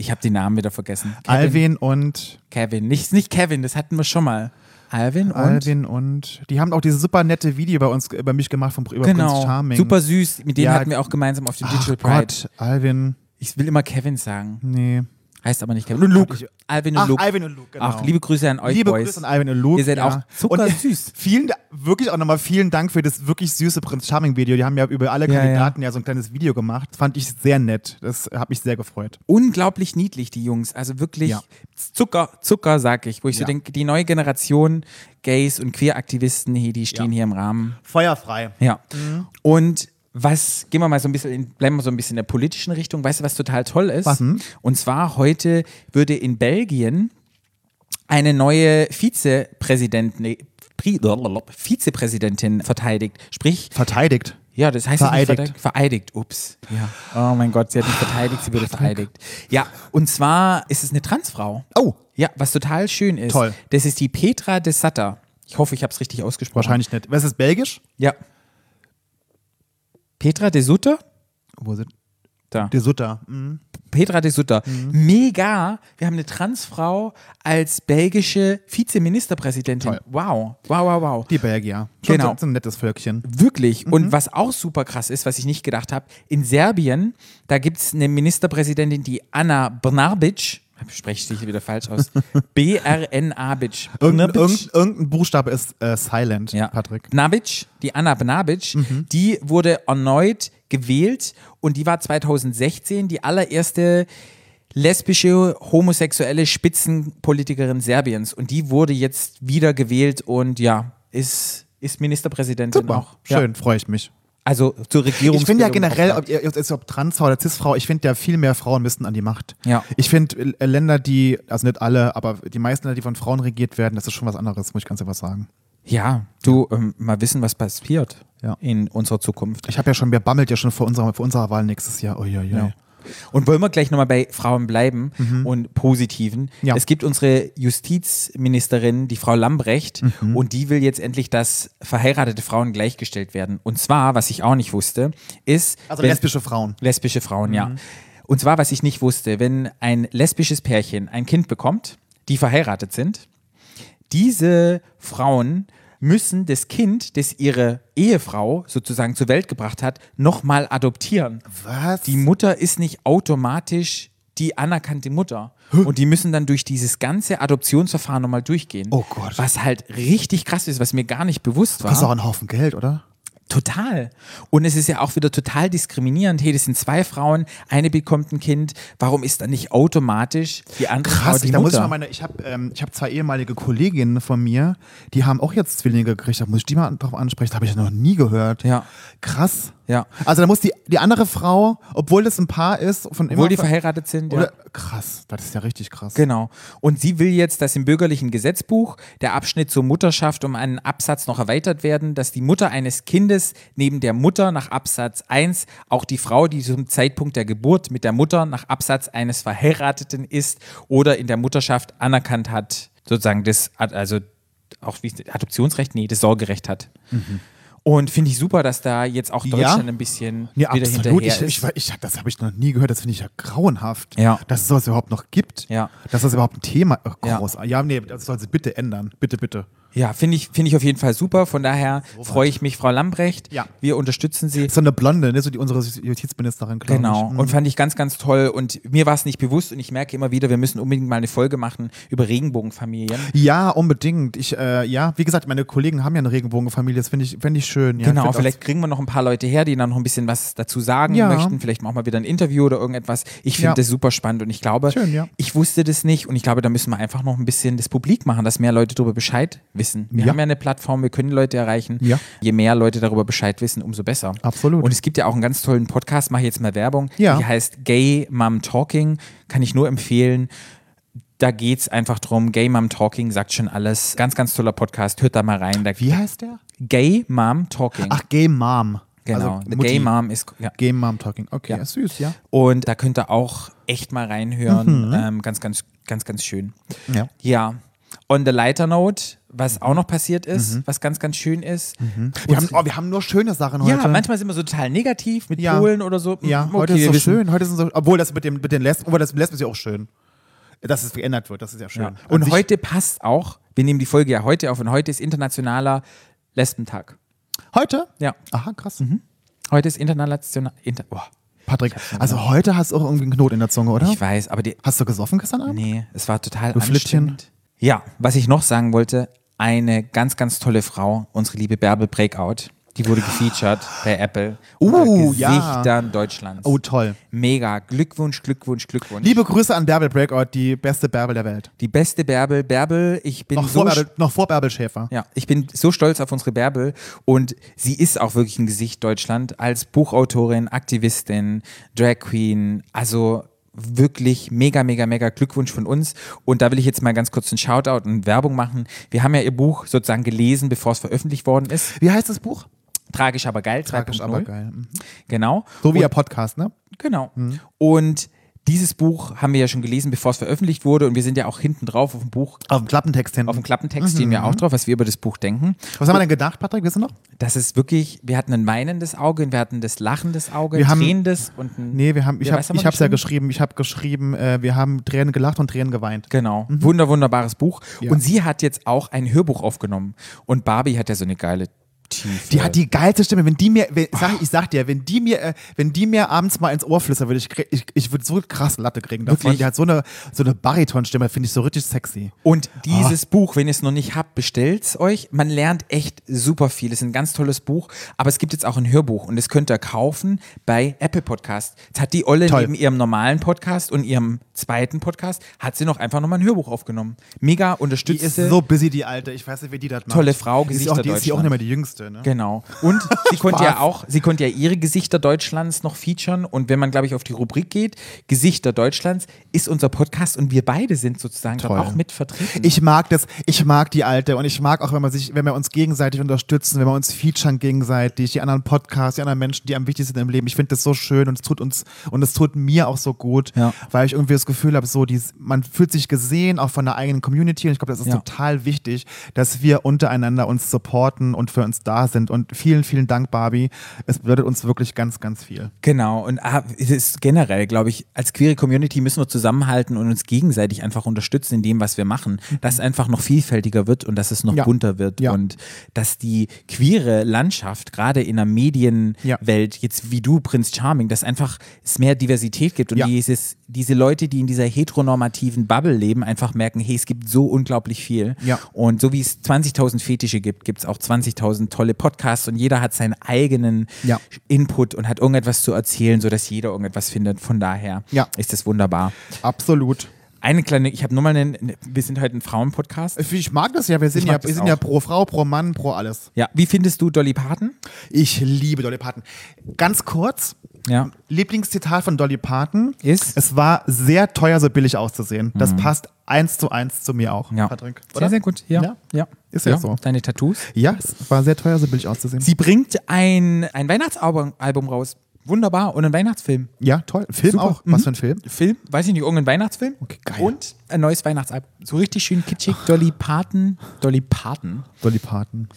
Speaker 1: Ich habe die Namen wieder vergessen. Kevin,
Speaker 4: Alvin und,
Speaker 1: Kevin, nicht, nicht Kevin, das hatten wir schon mal. Alvin und
Speaker 4: Alvin und, die haben auch dieses super nette Video bei uns, über mich gemacht, von, über Prince
Speaker 1: Genau,
Speaker 4: Charming.
Speaker 1: super süß. Mit denen
Speaker 4: Ja.
Speaker 1: hatten wir auch gemeinsam auf dem
Speaker 4: Ach
Speaker 1: Digital Pride.
Speaker 4: Gott, Alvin,
Speaker 1: Ich will immer Kevin sagen.
Speaker 4: nee.
Speaker 1: Heißt aber nicht Kevin. Und Luke. Alvin und
Speaker 4: Ach,
Speaker 1: Luke.
Speaker 4: Alvin und Luke, genau.
Speaker 1: Ach, liebe Grüße an euch,
Speaker 4: Liebe
Speaker 1: Boys.
Speaker 4: Grüße an Alvin und Luke.
Speaker 1: Ihr seid
Speaker 4: ja.
Speaker 1: auch zuckersüß.
Speaker 4: Und vielen, Da- wirklich auch nochmal vielen Dank für das wirklich süße Prinz Charming Video. Die haben ja über alle
Speaker 1: Ja, ja.
Speaker 4: Kandidaten ja, so ein kleines Video gemacht. Das fand ich sehr nett. Das hat mich sehr gefreut.
Speaker 1: Unglaublich niedlich, die Jungs. Also wirklich
Speaker 4: Ja.
Speaker 1: Zucker, Zucker, sag ich. Wo ich so
Speaker 4: Ja.
Speaker 1: denke, die neue Generation Gays und Queeraktivisten, hey, die stehen
Speaker 4: Ja.
Speaker 1: hier im Rahmen.
Speaker 4: Feuerfrei.
Speaker 1: Ja.
Speaker 4: Mhm.
Speaker 1: Und was, gehen wir mal so ein bisschen, in, bleiben wir so ein bisschen in der politischen Richtung. Weißt du, was total toll ist?
Speaker 4: Was denn?
Speaker 1: Und zwar heute würde in Belgien eine neue Vizepräsidentin, nee, Pri- Vizepräsidentin verteidigt. Sprich,
Speaker 4: Verteidigt.
Speaker 1: ja, das heißt
Speaker 4: Vereidigt.
Speaker 1: Nicht verteidigt, vereidigt, ups. Ja. Oh mein Gott, sie hat nicht verteidigt, sie wurde vereidigt. Ja, und zwar ist es eine Transfrau.
Speaker 4: Oh.
Speaker 1: Ja, was total schön ist.
Speaker 4: Toll.
Speaker 1: Das ist die Petra de Satter. Ich hoffe, ich habe es richtig ausgesprochen.
Speaker 4: Wahrscheinlich nicht. Was ist belgisch?
Speaker 1: Ja. Petra de Sutter?
Speaker 4: Wo sind?
Speaker 1: Da.
Speaker 4: De Sutter. Mhm.
Speaker 1: Petra de Sutter. Mega. Wir haben eine Transfrau als belgische Vizeministerpräsidentin.
Speaker 4: Toll.
Speaker 1: Wow. Wow, wow, wow.
Speaker 4: Die Belgier. Schon
Speaker 1: Genau.
Speaker 4: so- So ein nettes Völkchen.
Speaker 1: Wirklich.
Speaker 4: Mhm.
Speaker 1: Und was auch super krass ist, was ich nicht gedacht habe, in Serbien, da gibt es eine Ministerpräsidentin, die Anna Brnabic, spreche ich sicher wieder falsch aus, B-R-N-A-Bic.
Speaker 4: Irgendein, irgendein, irgendein Buchstabe ist äh, silent, Patrick. Mhm.
Speaker 1: Nabic, die Anna Nabic, die wurde erneut gewählt und die war 2016 die allererste lesbische, homosexuelle Spitzenpolitikerin Serbiens. Und die wurde jetzt wieder gewählt und ja, ist, ist Ministerpräsidentin
Speaker 4: Super.
Speaker 1: auch.
Speaker 4: Schön,
Speaker 1: Ja.
Speaker 4: freue ich mich.
Speaker 1: Also zur Regierung.
Speaker 4: Ich finde ja generell, ob, ihr- jetzt ob Transfrau oder Cisfrau, ich finde ja viel mehr Frauen müssten an die Macht.
Speaker 1: Ja.
Speaker 4: Ich finde äh, Länder, die, also nicht alle, aber die meisten Länder, die von Frauen regiert werden, das ist schon was anderes, muss ich ganz einfach sagen.
Speaker 1: Ja, du, ähm, mal wissen, was passiert
Speaker 4: Ja.
Speaker 1: in unserer Zukunft.
Speaker 4: Ich habe ja schon, wir bammelt ja schon vor unserer, vor unserer Wahl nächstes Jahr. Ui, ui, ui.
Speaker 1: Ja. Und wollen wir gleich nochmal bei Frauen bleiben und Positiven.
Speaker 4: Mhm. Ja.
Speaker 1: Es gibt unsere Justizministerin, die Frau Lambrecht,
Speaker 4: Mhm.
Speaker 1: und die will jetzt endlich, dass verheiratete Frauen gleichgestellt werden. Und zwar, was ich auch nicht wusste, ist.
Speaker 4: Also Mhm.
Speaker 1: wenn-
Speaker 4: lesbische Frauen.
Speaker 1: Lesbische Frauen, ja. Und zwar, was ich nicht wusste, wenn ein lesbisches Pärchen ein Kind bekommt, die verheiratet sind, diese Frauen müssen das Kind, das ihre Ehefrau sozusagen zur Welt gebracht hat, nochmal adoptieren.
Speaker 4: Was?
Speaker 1: Die Mutter ist nicht automatisch die anerkannte Mutter. Und die müssen dann durch dieses ganze Adoptionsverfahren nochmal durchgehen.
Speaker 4: Oh Gott.
Speaker 1: Was halt richtig krass ist, was mir gar nicht bewusst war.
Speaker 4: kostet auch einen Haufen Geld, oder?
Speaker 1: Total. Und es ist ja auch wieder total diskriminierend. Hey, das sind zwei Frauen, eine bekommt ein Kind. Warum ist dann nicht automatisch die andere Frau
Speaker 4: Krass,
Speaker 1: die
Speaker 4: ich, da
Speaker 1: Mutter?
Speaker 4: muss ich mal meine, ich habe ähm, ich hab zwei ehemalige Kolleginnen von mir, die haben auch jetzt Zwillinge gekriegt, da muss ich die mal drauf ansprechen, da habe ich noch nie gehört.
Speaker 1: Ja.
Speaker 4: Krass.
Speaker 1: Ja.
Speaker 4: Also da muss die, die andere Frau, obwohl das ein Paar ist, von immer.
Speaker 1: Obwohl die verheiratet sind. Ja.
Speaker 4: oder, Krass, das ist ja richtig krass.
Speaker 1: Genau. Und sie will jetzt, dass im bürgerlichen Gesetzbuch der Abschnitt zur Mutterschaft um einen Absatz noch erweitert werden, dass die Mutter eines Kindes neben der Mutter nach Absatz 1 auch die Frau, die zum Zeitpunkt der Geburt mit der Mutter nach Absatz eines Verheirateten ist oder in der Mutterschaft anerkannt hat, sozusagen das, also auch wie Adoptionsrecht, nee, das Sorgerecht hat. Und finde ich super, dass da jetzt auch
Speaker 4: Mhm. Ja.
Speaker 1: Deutschland ein bisschen
Speaker 4: Ja,
Speaker 1: wieder
Speaker 4: absolut.
Speaker 1: hinterher
Speaker 4: Ich,
Speaker 1: ist.
Speaker 4: ich, ich, ich, das habe ich noch nie gehört. Das finde ich ja grauenhaft,
Speaker 1: Ja.
Speaker 4: dass es sowas überhaupt noch gibt.
Speaker 1: Ja.
Speaker 4: Dass das überhaupt ein Thema ist.
Speaker 1: Ja.
Speaker 4: Ja. ja, nee, das soll sich bitte ändern. Bitte, bitte.
Speaker 1: ja, finde ich, finde ich auf jeden Fall super. Von daher freue ich mich, Frau Lambrecht.
Speaker 4: Ja.
Speaker 1: Wir unterstützen Sie.
Speaker 4: So eine Blonde, ne? so die, unsere Justizministerin, glaube
Speaker 1: Genau.
Speaker 4: ich. Mhm.
Speaker 1: Und fand ich ganz, ganz toll. Und mir war es nicht bewusst und ich merke immer wieder, wir müssen unbedingt mal eine Folge machen über Regenbogenfamilien.
Speaker 4: Ja, unbedingt. Ich, äh, ja, wie gesagt, meine Kollegen haben ja eine Regenbogenfamilie. Das finde ich, fänd ich schön. Ja, Ich
Speaker 1: Genau,
Speaker 4: find
Speaker 1: vielleicht kriegen wir noch ein paar Leute her, die dann noch ein bisschen was dazu sagen
Speaker 4: Ja.
Speaker 1: möchten. Vielleicht machen wir wieder ein Interview oder irgendetwas. Ich finde
Speaker 4: Ja.
Speaker 1: das super spannend und ich glaube,
Speaker 4: Schön, ja.
Speaker 1: ich wusste das nicht und ich glaube, da müssen wir einfach noch ein bisschen das Publik machen, dass mehr Leute darüber Bescheid wissen. Wir
Speaker 4: Ja.
Speaker 1: haben ja eine Plattform, wir können Leute erreichen.
Speaker 4: Ja.
Speaker 1: Je mehr Leute darüber Bescheid wissen, umso besser.
Speaker 4: Absolut.
Speaker 1: Und es gibt ja auch einen ganz tollen Podcast, mache ich jetzt mal Werbung.
Speaker 4: Ja.
Speaker 1: Die heißt Gay Mom Talking. Kann ich nur empfehlen. Da geht's einfach drum. Gay Mom Talking sagt schon alles. Ganz, ganz toller Podcast. Hört da mal rein. Da
Speaker 4: auch- Wie heißt der?
Speaker 1: Gay Mom Talking.
Speaker 4: Ach, Gay Mom.
Speaker 1: Genau,
Speaker 4: Also,
Speaker 1: The
Speaker 4: Mutti.
Speaker 1: Gay Mom ist. Ja.
Speaker 4: Gay Mom Talking. Okay,
Speaker 1: Ja.
Speaker 4: ja. süß, ja.
Speaker 1: Und da könnt ihr auch echt mal
Speaker 4: Mhm.
Speaker 1: reinhören. Ähm, ganz, ganz, ganz, ganz schön.
Speaker 4: Ja.
Speaker 1: Ja. On the lighter note, was auch noch passiert ist,
Speaker 4: Mhm.
Speaker 1: was ganz, ganz schön ist.
Speaker 4: Wir haben, oh, wir haben nur schöne Sachen heute.
Speaker 1: Ja, manchmal sind wir so total negativ mit
Speaker 4: Ja.
Speaker 1: Polen oder so.
Speaker 4: Ja,
Speaker 1: Hm,
Speaker 4: heute
Speaker 1: okay,
Speaker 4: ist so
Speaker 1: wir wissen-
Speaker 4: schön. Heute sind so, obwohl das mit, dem, mit den Lesben, obwohl das mit Lesben ist ja auch schön. Dass es geändert wird, das ist ja schön.
Speaker 1: Ja.
Speaker 4: An
Speaker 1: Und
Speaker 4: sich-
Speaker 1: heute passt auch, wir nehmen die Folge ja heute auf und heute ist internationaler Lesbentag.
Speaker 4: Heute?
Speaker 1: Ja. Mhm.
Speaker 4: Aha, krass.
Speaker 1: Heute ist international. Inter oh,
Speaker 4: Patrick, also heute hast du auch irgendwie einen Knoten in der Zunge, oder?
Speaker 1: ich weiß, aber die,
Speaker 4: Hast du gesoffen gestern Abend?
Speaker 1: Nee, es war total
Speaker 4: Du Flittchen.
Speaker 1: anstrengend. Ja, was ich noch sagen wollte, eine ganz, ganz tolle Frau, unsere liebe Bärbel Breakout, die wurde gefeatured bei Apple. unter
Speaker 4: Uh, ja.
Speaker 1: Gesichtern Deutschlands.
Speaker 4: Oh, toll.
Speaker 1: Mega. Glückwunsch, Glückwunsch, Glückwunsch.
Speaker 4: Liebe Grüße an Bärbel Breakout, die beste Bärbel der Welt.
Speaker 1: die beste Bärbel. Bärbel, ich bin
Speaker 4: Noch,
Speaker 1: so...
Speaker 4: vor,
Speaker 1: st-
Speaker 4: Bärbel, noch vor Bärbel Schäfer.
Speaker 1: Ja, ich bin so stolz auf unsere Bärbel und sie ist auch wirklich ein Gesicht Deutschland als Buchautorin, Aktivistin, Drag Queen, also wirklich mega, mega, mega Glückwunsch von uns. Und da will ich jetzt mal ganz kurz einen Shoutout und Werbung machen. Wir haben ja ihr Buch sozusagen gelesen, bevor es veröffentlicht worden ist.
Speaker 4: Wie heißt das Buch?
Speaker 1: Tragisch aber geil.
Speaker 4: Tragisch,
Speaker 1: 3.0.
Speaker 4: aber geil. Mhm.
Speaker 1: Genau.
Speaker 4: So wie ihr Podcast, ne?
Speaker 1: Genau. Und dieses Buch haben wir ja schon gelesen, bevor es veröffentlicht wurde. Und wir sind ja auch hinten drauf auf dem Buch,
Speaker 4: Auf dem Klappentext hin.
Speaker 1: auf dem
Speaker 4: Mhm,
Speaker 1: Klappentext stehen wir auch drauf, was wir über das Buch denken.
Speaker 4: Was haben wir denn gedacht, Patrick? Wissen noch?
Speaker 1: Das ist wirklich, wir hatten ein weinendes Auge und wir hatten das lachendes Auge,
Speaker 4: Wir
Speaker 1: ein
Speaker 4: haben-
Speaker 1: tränendes und ein.
Speaker 4: Nee, wir haben, ich
Speaker 1: Ja,
Speaker 4: habe
Speaker 1: was haben wir
Speaker 4: ich hab's ja
Speaker 1: geschrieben?
Speaker 4: geschrieben. Ich habe geschrieben, äh, wir haben Tränen gelacht und Tränen geweint.
Speaker 1: Genau. Wunder, wunderbares Buch.
Speaker 4: Mhm. Ja.
Speaker 1: Und sie hat jetzt auch ein Hörbuch aufgenommen. Und Barbie hat ja so eine geile Tiefe.
Speaker 4: Die hat die geilste Stimme. Wenn die mir, wenn, sag, ich sag dir, wenn die mir, äh, wenn die mir abends mal ins Ohr flüstert, würde ich, krie- ich, ich würde so krass Latte kriegen davon.
Speaker 1: Wirklich?
Speaker 4: Die hat so eine, so eine Baritonstimme, finde ich so richtig sexy.
Speaker 1: Und dieses
Speaker 4: Ah.
Speaker 1: Buch, wenn ihr es noch nicht habt, bestellt's euch. Man lernt echt super viel. Es ist ein ganz tolles Buch, aber es gibt jetzt auch ein Hörbuch und das könnt ihr kaufen bei Apple Podcast. Jetzt hat die Olle
Speaker 4: Toll.
Speaker 1: neben ihrem normalen Podcast und ihrem zweiten Podcast, hat sie noch einfach nochmal ein Hörbuch aufgenommen. Mega
Speaker 4: Die
Speaker 1: unterstützt.
Speaker 4: ist
Speaker 1: sie.
Speaker 4: so busy, die Alte. Ich weiß nicht, wie die das macht.
Speaker 1: Tolle Frau,
Speaker 4: die ist
Speaker 1: Gesichter
Speaker 4: auch, die ist ja auch
Speaker 1: Deutschland.
Speaker 4: nicht mehr die Jüngste, ne?
Speaker 1: Genau. Und sie konnte ja
Speaker 4: Spaß.
Speaker 1: auch, sie konnte ja ihre Gesichter Deutschlands noch featuren. Und wenn man, glaube ich, auf die Rubrik geht, Gesichter Deutschlands, ist unser Podcast und wir beide sind sozusagen dort
Speaker 4: Toll.
Speaker 1: auch mit vertreten.
Speaker 4: Ich mag das, ich mag die Alte und ich mag auch, wenn wir sich, wenn wir uns gegenseitig unterstützen, wenn wir uns featuren gegenseitig, die anderen Podcasts, die anderen Menschen, die am wichtigsten sind im Leben. Ich finde das so schön und es tut uns und es tut mir auch so gut,
Speaker 1: Ja.
Speaker 4: weil ich irgendwie das Gefühl habe, so dies, man fühlt sich gesehen, auch von der eigenen Community und ich glaube, das ist
Speaker 1: Ja.
Speaker 4: total wichtig, dass wir untereinander uns supporten und für uns da sind. Und vielen, vielen Dank, Barbie. Es bedeutet uns wirklich ganz, ganz viel.
Speaker 1: genau. Und ah, es ist generell, glaube ich, als queere Community müssen wir zusammenhalten und uns gegenseitig einfach unterstützen in dem, was wir machen. Dass es einfach noch vielfältiger wird und dass es noch
Speaker 4: Mhm. Ja.
Speaker 1: bunter wird.
Speaker 4: Ja.
Speaker 1: Und dass die queere Landschaft, gerade in der Medienwelt, jetzt wie du, Prinz Charming, dass einfach es mehr Diversität gibt und
Speaker 4: Ja.
Speaker 1: dieses, diese Leute, die in dieser heteronormativen Bubble leben, einfach merken, hey, es gibt so unglaublich viel.
Speaker 4: Ja.
Speaker 1: Und so wie es 20.000 Fetische gibt, gibt es auch 20.000 tolle Podcasts und jeder hat seinen eigenen
Speaker 4: Ja.
Speaker 1: Input und hat irgendetwas zu erzählen, sodass jeder irgendetwas findet. Von daher
Speaker 4: Ja.
Speaker 1: ist das wunderbar.
Speaker 4: Absolut.
Speaker 1: Eine kleine, ich habe nur mal einen, wir sind heute ein Frauenpodcast.
Speaker 4: Ich mag das ja. Wir sind,
Speaker 1: Ich mag
Speaker 4: ja, wir
Speaker 1: das
Speaker 4: sind ja
Speaker 1: auch.
Speaker 4: pro Frau, pro Mann, pro alles.
Speaker 1: Ja, wie findest du Dolly Parton?
Speaker 4: Ich liebe Dolly Parton. Ganz kurz,
Speaker 1: Ja.
Speaker 4: Lieblingszitat von Dolly Parton
Speaker 1: Ist?
Speaker 4: Es war sehr teuer, so billig auszusehen. Das passt eins zu eins zu mir auch,
Speaker 1: Mhm. Ja.
Speaker 4: Patrick.
Speaker 1: Sehr, sehr gut. Ja.
Speaker 4: Ja.
Speaker 1: ja.
Speaker 4: Ist ja so.
Speaker 1: Deine Tattoos.
Speaker 4: Ja, es war sehr teuer, so billig auszusehen.
Speaker 1: Sie bringt ein, ein Weihnachtsalbum Album raus. Wunderbar. Und ein Weihnachtsfilm.
Speaker 4: Ja, toll. Film
Speaker 1: Super. Mhm.
Speaker 4: auch. Was für ein Film?
Speaker 1: Film, weiß ich nicht, irgendein Weihnachtsfilm.
Speaker 4: Okay, geil.
Speaker 1: Und ein neues Weihnachtsalbum. So richtig schön kitschig. Dolly Parton. Dolly Parton.
Speaker 4: Dolly Parton.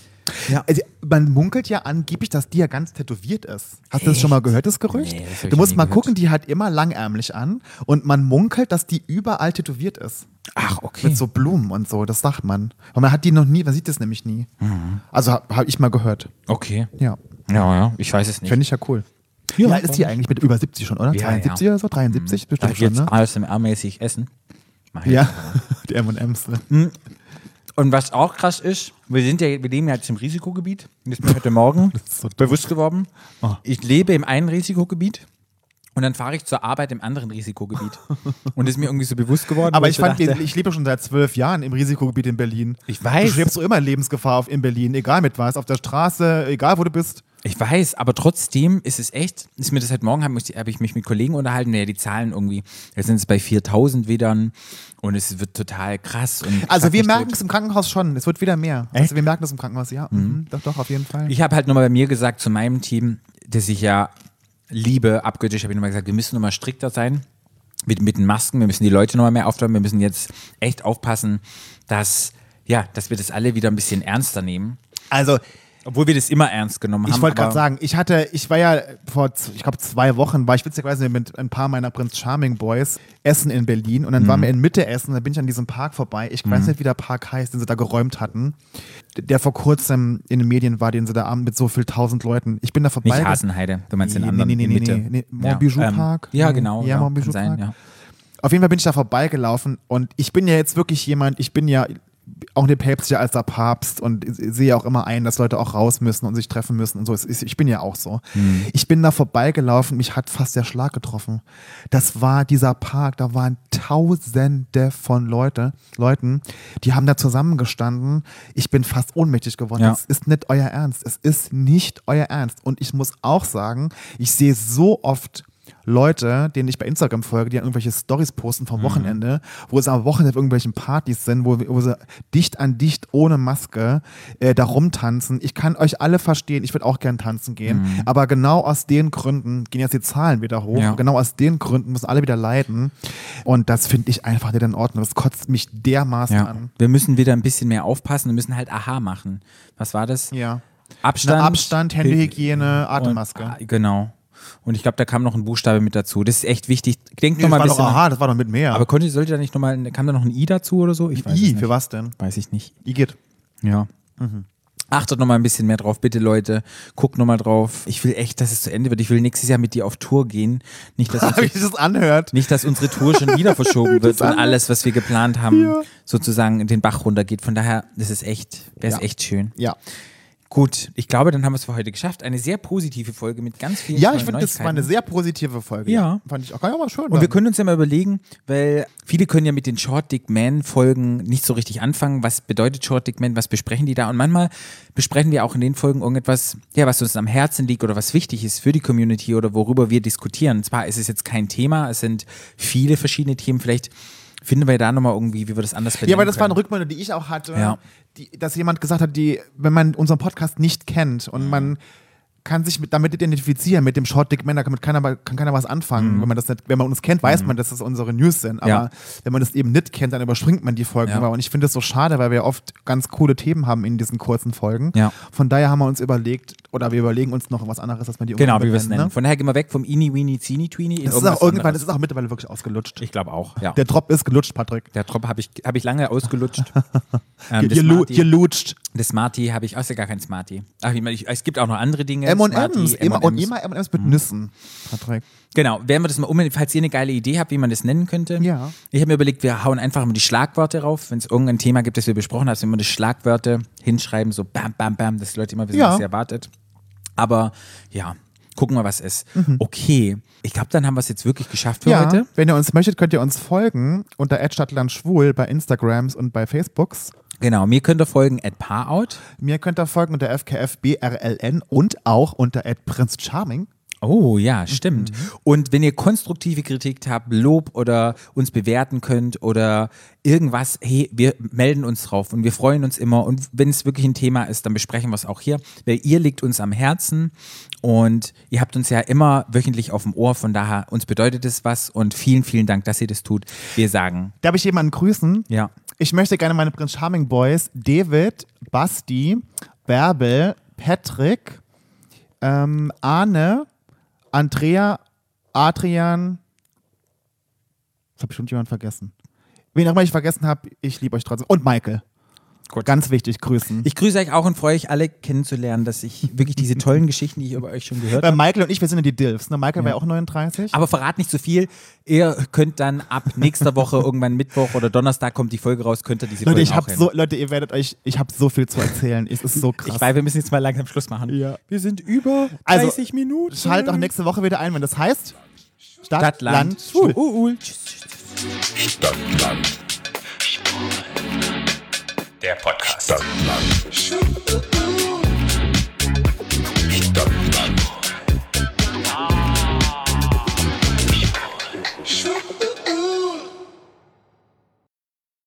Speaker 4: Ja, also man munkelt ja angeblich, dass die ja ganz tätowiert ist. Hast du das schon mal gehört, das Gerücht?
Speaker 1: Nee, das hab ich
Speaker 4: du
Speaker 1: noch
Speaker 4: musst
Speaker 1: nie
Speaker 4: mal
Speaker 1: gehört.
Speaker 4: gucken, die hat immer langärmlich an und man munkelt, dass die überall tätowiert ist.
Speaker 1: Ach, okay.
Speaker 4: Mit so Blumen und so, das sagt man. Aber man hat die noch nie, man sieht das nämlich nie.
Speaker 1: Mhm.
Speaker 4: Also habe hab ich mal gehört.
Speaker 1: okay.
Speaker 4: Ja,
Speaker 1: Ja, ja, ich weiß es nicht.
Speaker 4: fände ich ja cool. Wie alt ist die eigentlich mit über 70 schon, oder?
Speaker 1: Ja,
Speaker 4: 72
Speaker 1: ja.
Speaker 4: oder so?
Speaker 1: Darf
Speaker 4: 73 bestimmt
Speaker 1: ich
Speaker 4: schon,
Speaker 1: jetzt
Speaker 4: ne?
Speaker 1: ASMR-mäßig essen? Mach ich.
Speaker 4: Ja, die M&M's. Ne?
Speaker 1: Mhm, Und was auch krass ist, wir, sind ja, wir leben ja jetzt im Risikogebiet. Das ist mir heute Morgen
Speaker 4: ist so dumm. Ah.
Speaker 1: bewusst geworden. Ich lebe im einen Risikogebiet und dann fahre ich zur Arbeit im anderen Risikogebiet. und das ist mir irgendwie so bewusst geworden.
Speaker 4: Aber
Speaker 1: wo
Speaker 4: ich fand,
Speaker 1: so
Speaker 4: den,
Speaker 1: dachte,
Speaker 4: ich lebe schon seit zwölf Jahren im Risikogebiet in Berlin.
Speaker 1: Ich weiß.
Speaker 4: Du schwebst so immer Lebensgefahr auf in Berlin, egal mit was, auf der Straße, egal wo du bist.
Speaker 1: ich weiß, aber trotzdem ist es echt, ist mir das heute Morgen, habe ich, hab ich mich mit Kollegen unterhalten, naja, die Zahlen irgendwie, jetzt sind es bei 4000 wieder und es wird total krass. Und
Speaker 4: Also wir
Speaker 1: krass
Speaker 4: merken es im Krankenhaus schon, es wird wieder mehr. Also wir merken das im Krankenhaus, ja. Mhm. Doch, doch, auf jeden Fall.
Speaker 1: Ich habe halt nochmal bei mir gesagt, zu meinem Team, dass ich ja liebe, abgöttisch, habe ich nochmal gesagt, wir müssen nochmal strikter sein mit, mit den Masken, wir müssen die Leute nochmal mehr aufräumen, wir müssen jetzt echt aufpassen, dass, ja, dass wir das alle wieder ein bisschen ernster nehmen.
Speaker 4: also
Speaker 1: Obwohl wir das immer ernst genommen haben.
Speaker 4: Ich wollte gerade
Speaker 1: aber-
Speaker 4: sagen, ich hatte, ich war ja vor, z- ich glaube, zwei Wochen, war ich witzigerweise mit ein paar meiner Prinz Charming Boys essen in Berlin und dann
Speaker 1: Mhm.
Speaker 4: waren wir in Mitte essen, dann bin ich an diesem Park vorbei. Ich weiß nicht, wie der Park heißt, den sie da geräumt hatten, D- der vor kurzem in den Medien war, den sie da abend mit so viel tausend Leuten. Ich bin da vorbei.
Speaker 1: Nicht
Speaker 4: das-
Speaker 1: Hasenheide, du meinst den
Speaker 4: Nee,
Speaker 1: anderen
Speaker 4: nee, nee,
Speaker 1: in
Speaker 4: nee,
Speaker 1: Mitte.
Speaker 4: nee, nee, Montbijou
Speaker 1: ja, ähm,
Speaker 4: Park.
Speaker 1: Ja,
Speaker 4: Nee,
Speaker 1: genau.
Speaker 4: ja,
Speaker 1: Ja, kann
Speaker 4: Montbijou
Speaker 1: sein,
Speaker 4: Park.
Speaker 1: ja.
Speaker 4: Auf jeden Fall bin ich da vorbeigelaufen und ich bin ja jetzt wirklich jemand, ich bin ja auch der Päpst ja als der Papst und ich sehe auch immer ein, dass Leute auch raus müssen und sich treffen müssen und so. Es ist- Ich bin ja auch so. Ich bin da vorbeigelaufen, mich hat fast der Schlag getroffen. Das war dieser Park, da waren tausende von Leute, Leuten, die haben da zusammengestanden. Ich bin fast ohnmächtig geworden.
Speaker 1: Ja.
Speaker 4: Das ist nicht euer Ernst. Es ist nicht euer Ernst. Und ich muss auch sagen, ich sehe so oft Leute, denen ich bei Instagram folge, die dann irgendwelche Stories posten
Speaker 1: Mhm.
Speaker 4: vom Wochenende, wo es am Wochenende auf irgendwelchen Partys sind, wo, wo sie dicht an dicht ohne Maske äh, da rumtanzen. Ich kann euch alle verstehen, ich würde auch gern tanzen gehen, aber genau aus den Gründen gehen jetzt die Zahlen wieder hoch.
Speaker 1: Mhm. Ja.
Speaker 4: Genau aus den Gründen müssen alle wieder leiden. Und das finde ich einfach nicht in Ordnung. Das kotzt mich dermaßen
Speaker 1: Ja.
Speaker 4: an.
Speaker 1: Wir müssen wieder ein bisschen mehr aufpassen und müssen halt Aha machen. Was war das?
Speaker 4: Ja.
Speaker 1: Abstand.
Speaker 4: Na, Abstand, Händehygiene,
Speaker 1: Und-
Speaker 4: Atemmaske.
Speaker 1: ah, Genau. Und ich glaube, da kam noch ein Buchstabe mit dazu. Das ist echt wichtig. Denkt
Speaker 4: das
Speaker 1: nochmal
Speaker 4: war
Speaker 1: ein
Speaker 4: doch,
Speaker 1: bisschen. ne?
Speaker 4: aha, das war doch mit mehr.
Speaker 1: Aber konnte, sollte da nicht nochmal, kam da noch ein I dazu oder so? Ich weiß es
Speaker 4: I,
Speaker 1: nicht.
Speaker 4: für was Mhm. denn?
Speaker 1: Weiß ich nicht.
Speaker 4: I geht.
Speaker 1: Ja. Achtet nochmal ein bisschen mehr drauf, bitte Leute. Guckt nochmal drauf. Ich will echt, dass es zu Ende wird. Ich will nächstes Jahr mit dir auf Tour gehen. Nicht, dass
Speaker 4: Wie
Speaker 1: unsere,
Speaker 4: sich das anhört.
Speaker 1: nicht, dass unsere Tour schon wieder verschoben wird und alles, was wir geplant haben, sozusagen den Bach runtergeht. Von daher, das ist echt, wäre es
Speaker 4: Ja.
Speaker 1: echt schön.
Speaker 4: Ja.
Speaker 1: Gut, ich glaube, dann haben wir es für heute geschafft. Eine sehr positive Folge mit ganz vielen
Speaker 4: Ja,
Speaker 1: tollen
Speaker 4: ich finde, das war eine
Speaker 1: Neuigkeiten.
Speaker 4: sehr positive Folge.
Speaker 1: Ja.
Speaker 4: Fand ich auch, kann ich auch mal schön.
Speaker 1: Und wir
Speaker 4: sagen.
Speaker 1: können uns ja mal überlegen, weil viele können ja mit den Short Dick Man Folgen nicht so richtig anfangen. Was bedeutet Short Dick Man? Was besprechen die da? Und manchmal besprechen wir auch in den Folgen irgendetwas, ja, was uns am Herzen liegt oder was wichtig ist für die Community oder worüber wir diskutieren. Und zwar ist es jetzt kein Thema, es sind viele verschiedene Themen. Vielleicht finden wir da nochmal irgendwie, wie wir das anders benennen
Speaker 4: ja, aber das war
Speaker 1: können.
Speaker 4: eine Rückmeldung, die ich auch hatte,
Speaker 1: Ja.
Speaker 4: die, dass jemand gesagt hat, die, wenn man unseren Podcast nicht kennt
Speaker 1: Mhm.
Speaker 4: und man kann sich mit, damit identifizieren, mit dem Short Dick Man, da kann keiner, kann keiner was anfangen. Wenn, man das nicht, wenn man uns kennt, weiß man, dass das unsere News sind. Aber
Speaker 1: Mhm. Ja.
Speaker 4: wenn man das eben nicht kennt, dann überspringt man die Folgen.
Speaker 1: Ja.
Speaker 4: immer. Und ich finde es so schade, weil wir oft ganz coole Themen haben in diesen kurzen Folgen.
Speaker 1: Ja.
Speaker 4: Von daher haben wir uns überlegt, oder wir überlegen uns noch was anderes, dass man die
Speaker 1: Genau,
Speaker 4: irgendwann
Speaker 1: wie wir es
Speaker 4: benennen,
Speaker 1: nennen. Von daher gehen wir weg vom Ini, Weenie, Zini, Tweenie. in
Speaker 4: Ne? Das ist
Speaker 1: irgendwas
Speaker 4: auch irgendwann, das
Speaker 1: anderes.
Speaker 4: ist auch mittlerweile wirklich ausgelutscht.
Speaker 1: Ich glaube auch, ja.
Speaker 4: Der Drop ist gelutscht, Patrick.
Speaker 1: Der Trop habe ich, hab ich lange ausgelutscht. ähm, das
Speaker 4: Gelu
Speaker 1: Smartie-
Speaker 4: gelutscht.
Speaker 1: das Smartie habe ich, auch ja gar kein Smartie. Ach, ich meine, ich, es gibt auch noch andere Dinge.
Speaker 4: M&M's.
Speaker 1: Smartie,
Speaker 4: Immer, und
Speaker 1: M&Ms.
Speaker 4: immer M&M's mit Nüssen, Patrick.
Speaker 1: Genau, werden wir das mal um, falls ihr eine geile Idee habt, wie man das nennen könnte.
Speaker 4: Ja.
Speaker 1: Ich habe mir überlegt, wir hauen einfach mal die Schlagworte rauf, wenn es irgendein Thema gibt, das wir besprochen haben, dass wir immer die Schlagwörter hinschreiben, so bam, bam, bam, dass die Leute immer wissen,
Speaker 4: Ja.
Speaker 1: was sie erwartet. Aber ja, gucken wir, was ist. Okay, ich glaube, dann haben wir es jetzt wirklich geschafft für
Speaker 4: Mhm. Ja,
Speaker 1: heute.
Speaker 4: wenn ihr uns möchtet, könnt ihr uns folgen unter @stadtlandschwul bei Instagrams und bei Facebooks.
Speaker 1: Genau, mir könnt ihr folgen at Paarout.
Speaker 4: Mir könnt ihr folgen unter fkfbrln und auch unter @prinzcharming.
Speaker 1: Oh ja, stimmt. Und wenn ihr konstruktive Kritik habt, Lob oder uns bewerten könnt oder irgendwas, hey, wir melden uns drauf und wir freuen uns immer. Und wenn es wirklich ein Thema ist, dann besprechen wir es auch hier, weil ihr liegt uns am Herzen und ihr habt uns ja immer wöchentlich auf dem Ohr. Von daher, uns bedeutet es was und vielen, vielen Dank, dass ihr das tut. Wir sagen,
Speaker 4: Darf ich jemanden grüßen?
Speaker 1: ja.
Speaker 4: Ich möchte gerne meine Prince Charming Boys, David, Basti, Bärbel, Patrick, ähm, Arne, Andrea, Adrian. Das hat bestimmt jemand vergessen. Wen auch immer ich vergessen habe, ich liebe euch trotzdem. Und Michael.
Speaker 1: Gut.
Speaker 4: Ganz wichtig, grüßen.
Speaker 1: Ich grüße euch auch und freue euch alle kennenzulernen, dass ich wirklich diese tollen Geschichten, die ich über euch schon gehört
Speaker 4: Weil
Speaker 1: habe.
Speaker 4: Michael und ich, wir sind ja die Dilfs. Ne? Michael war ja auch 39.
Speaker 1: Aber verrat nicht zu viel. Ihr könnt dann ab nächster Woche irgendwann Mittwoch oder Donnerstag kommt die Folge raus, könnt ihr diese
Speaker 4: Leute,
Speaker 1: Folge
Speaker 4: ich
Speaker 1: auch
Speaker 4: hab
Speaker 1: hören.
Speaker 4: so, Leute, ihr werdet euch, ich habe so viel zu erzählen. Es ist so krass.
Speaker 1: Ich weiß, wir müssen jetzt mal langsam Schluss machen.
Speaker 4: Ja.
Speaker 1: Wir sind über 30
Speaker 4: Also,
Speaker 1: Minuten.
Speaker 4: Schalt auch nächste Woche wieder ein, wenn das heißt Stadt,
Speaker 1: Stadt, Land,
Speaker 4: Schwul.
Speaker 1: Uh, uh, tschüss, tschüss.
Speaker 2: Stadtland. Der Podcast. Stadtland.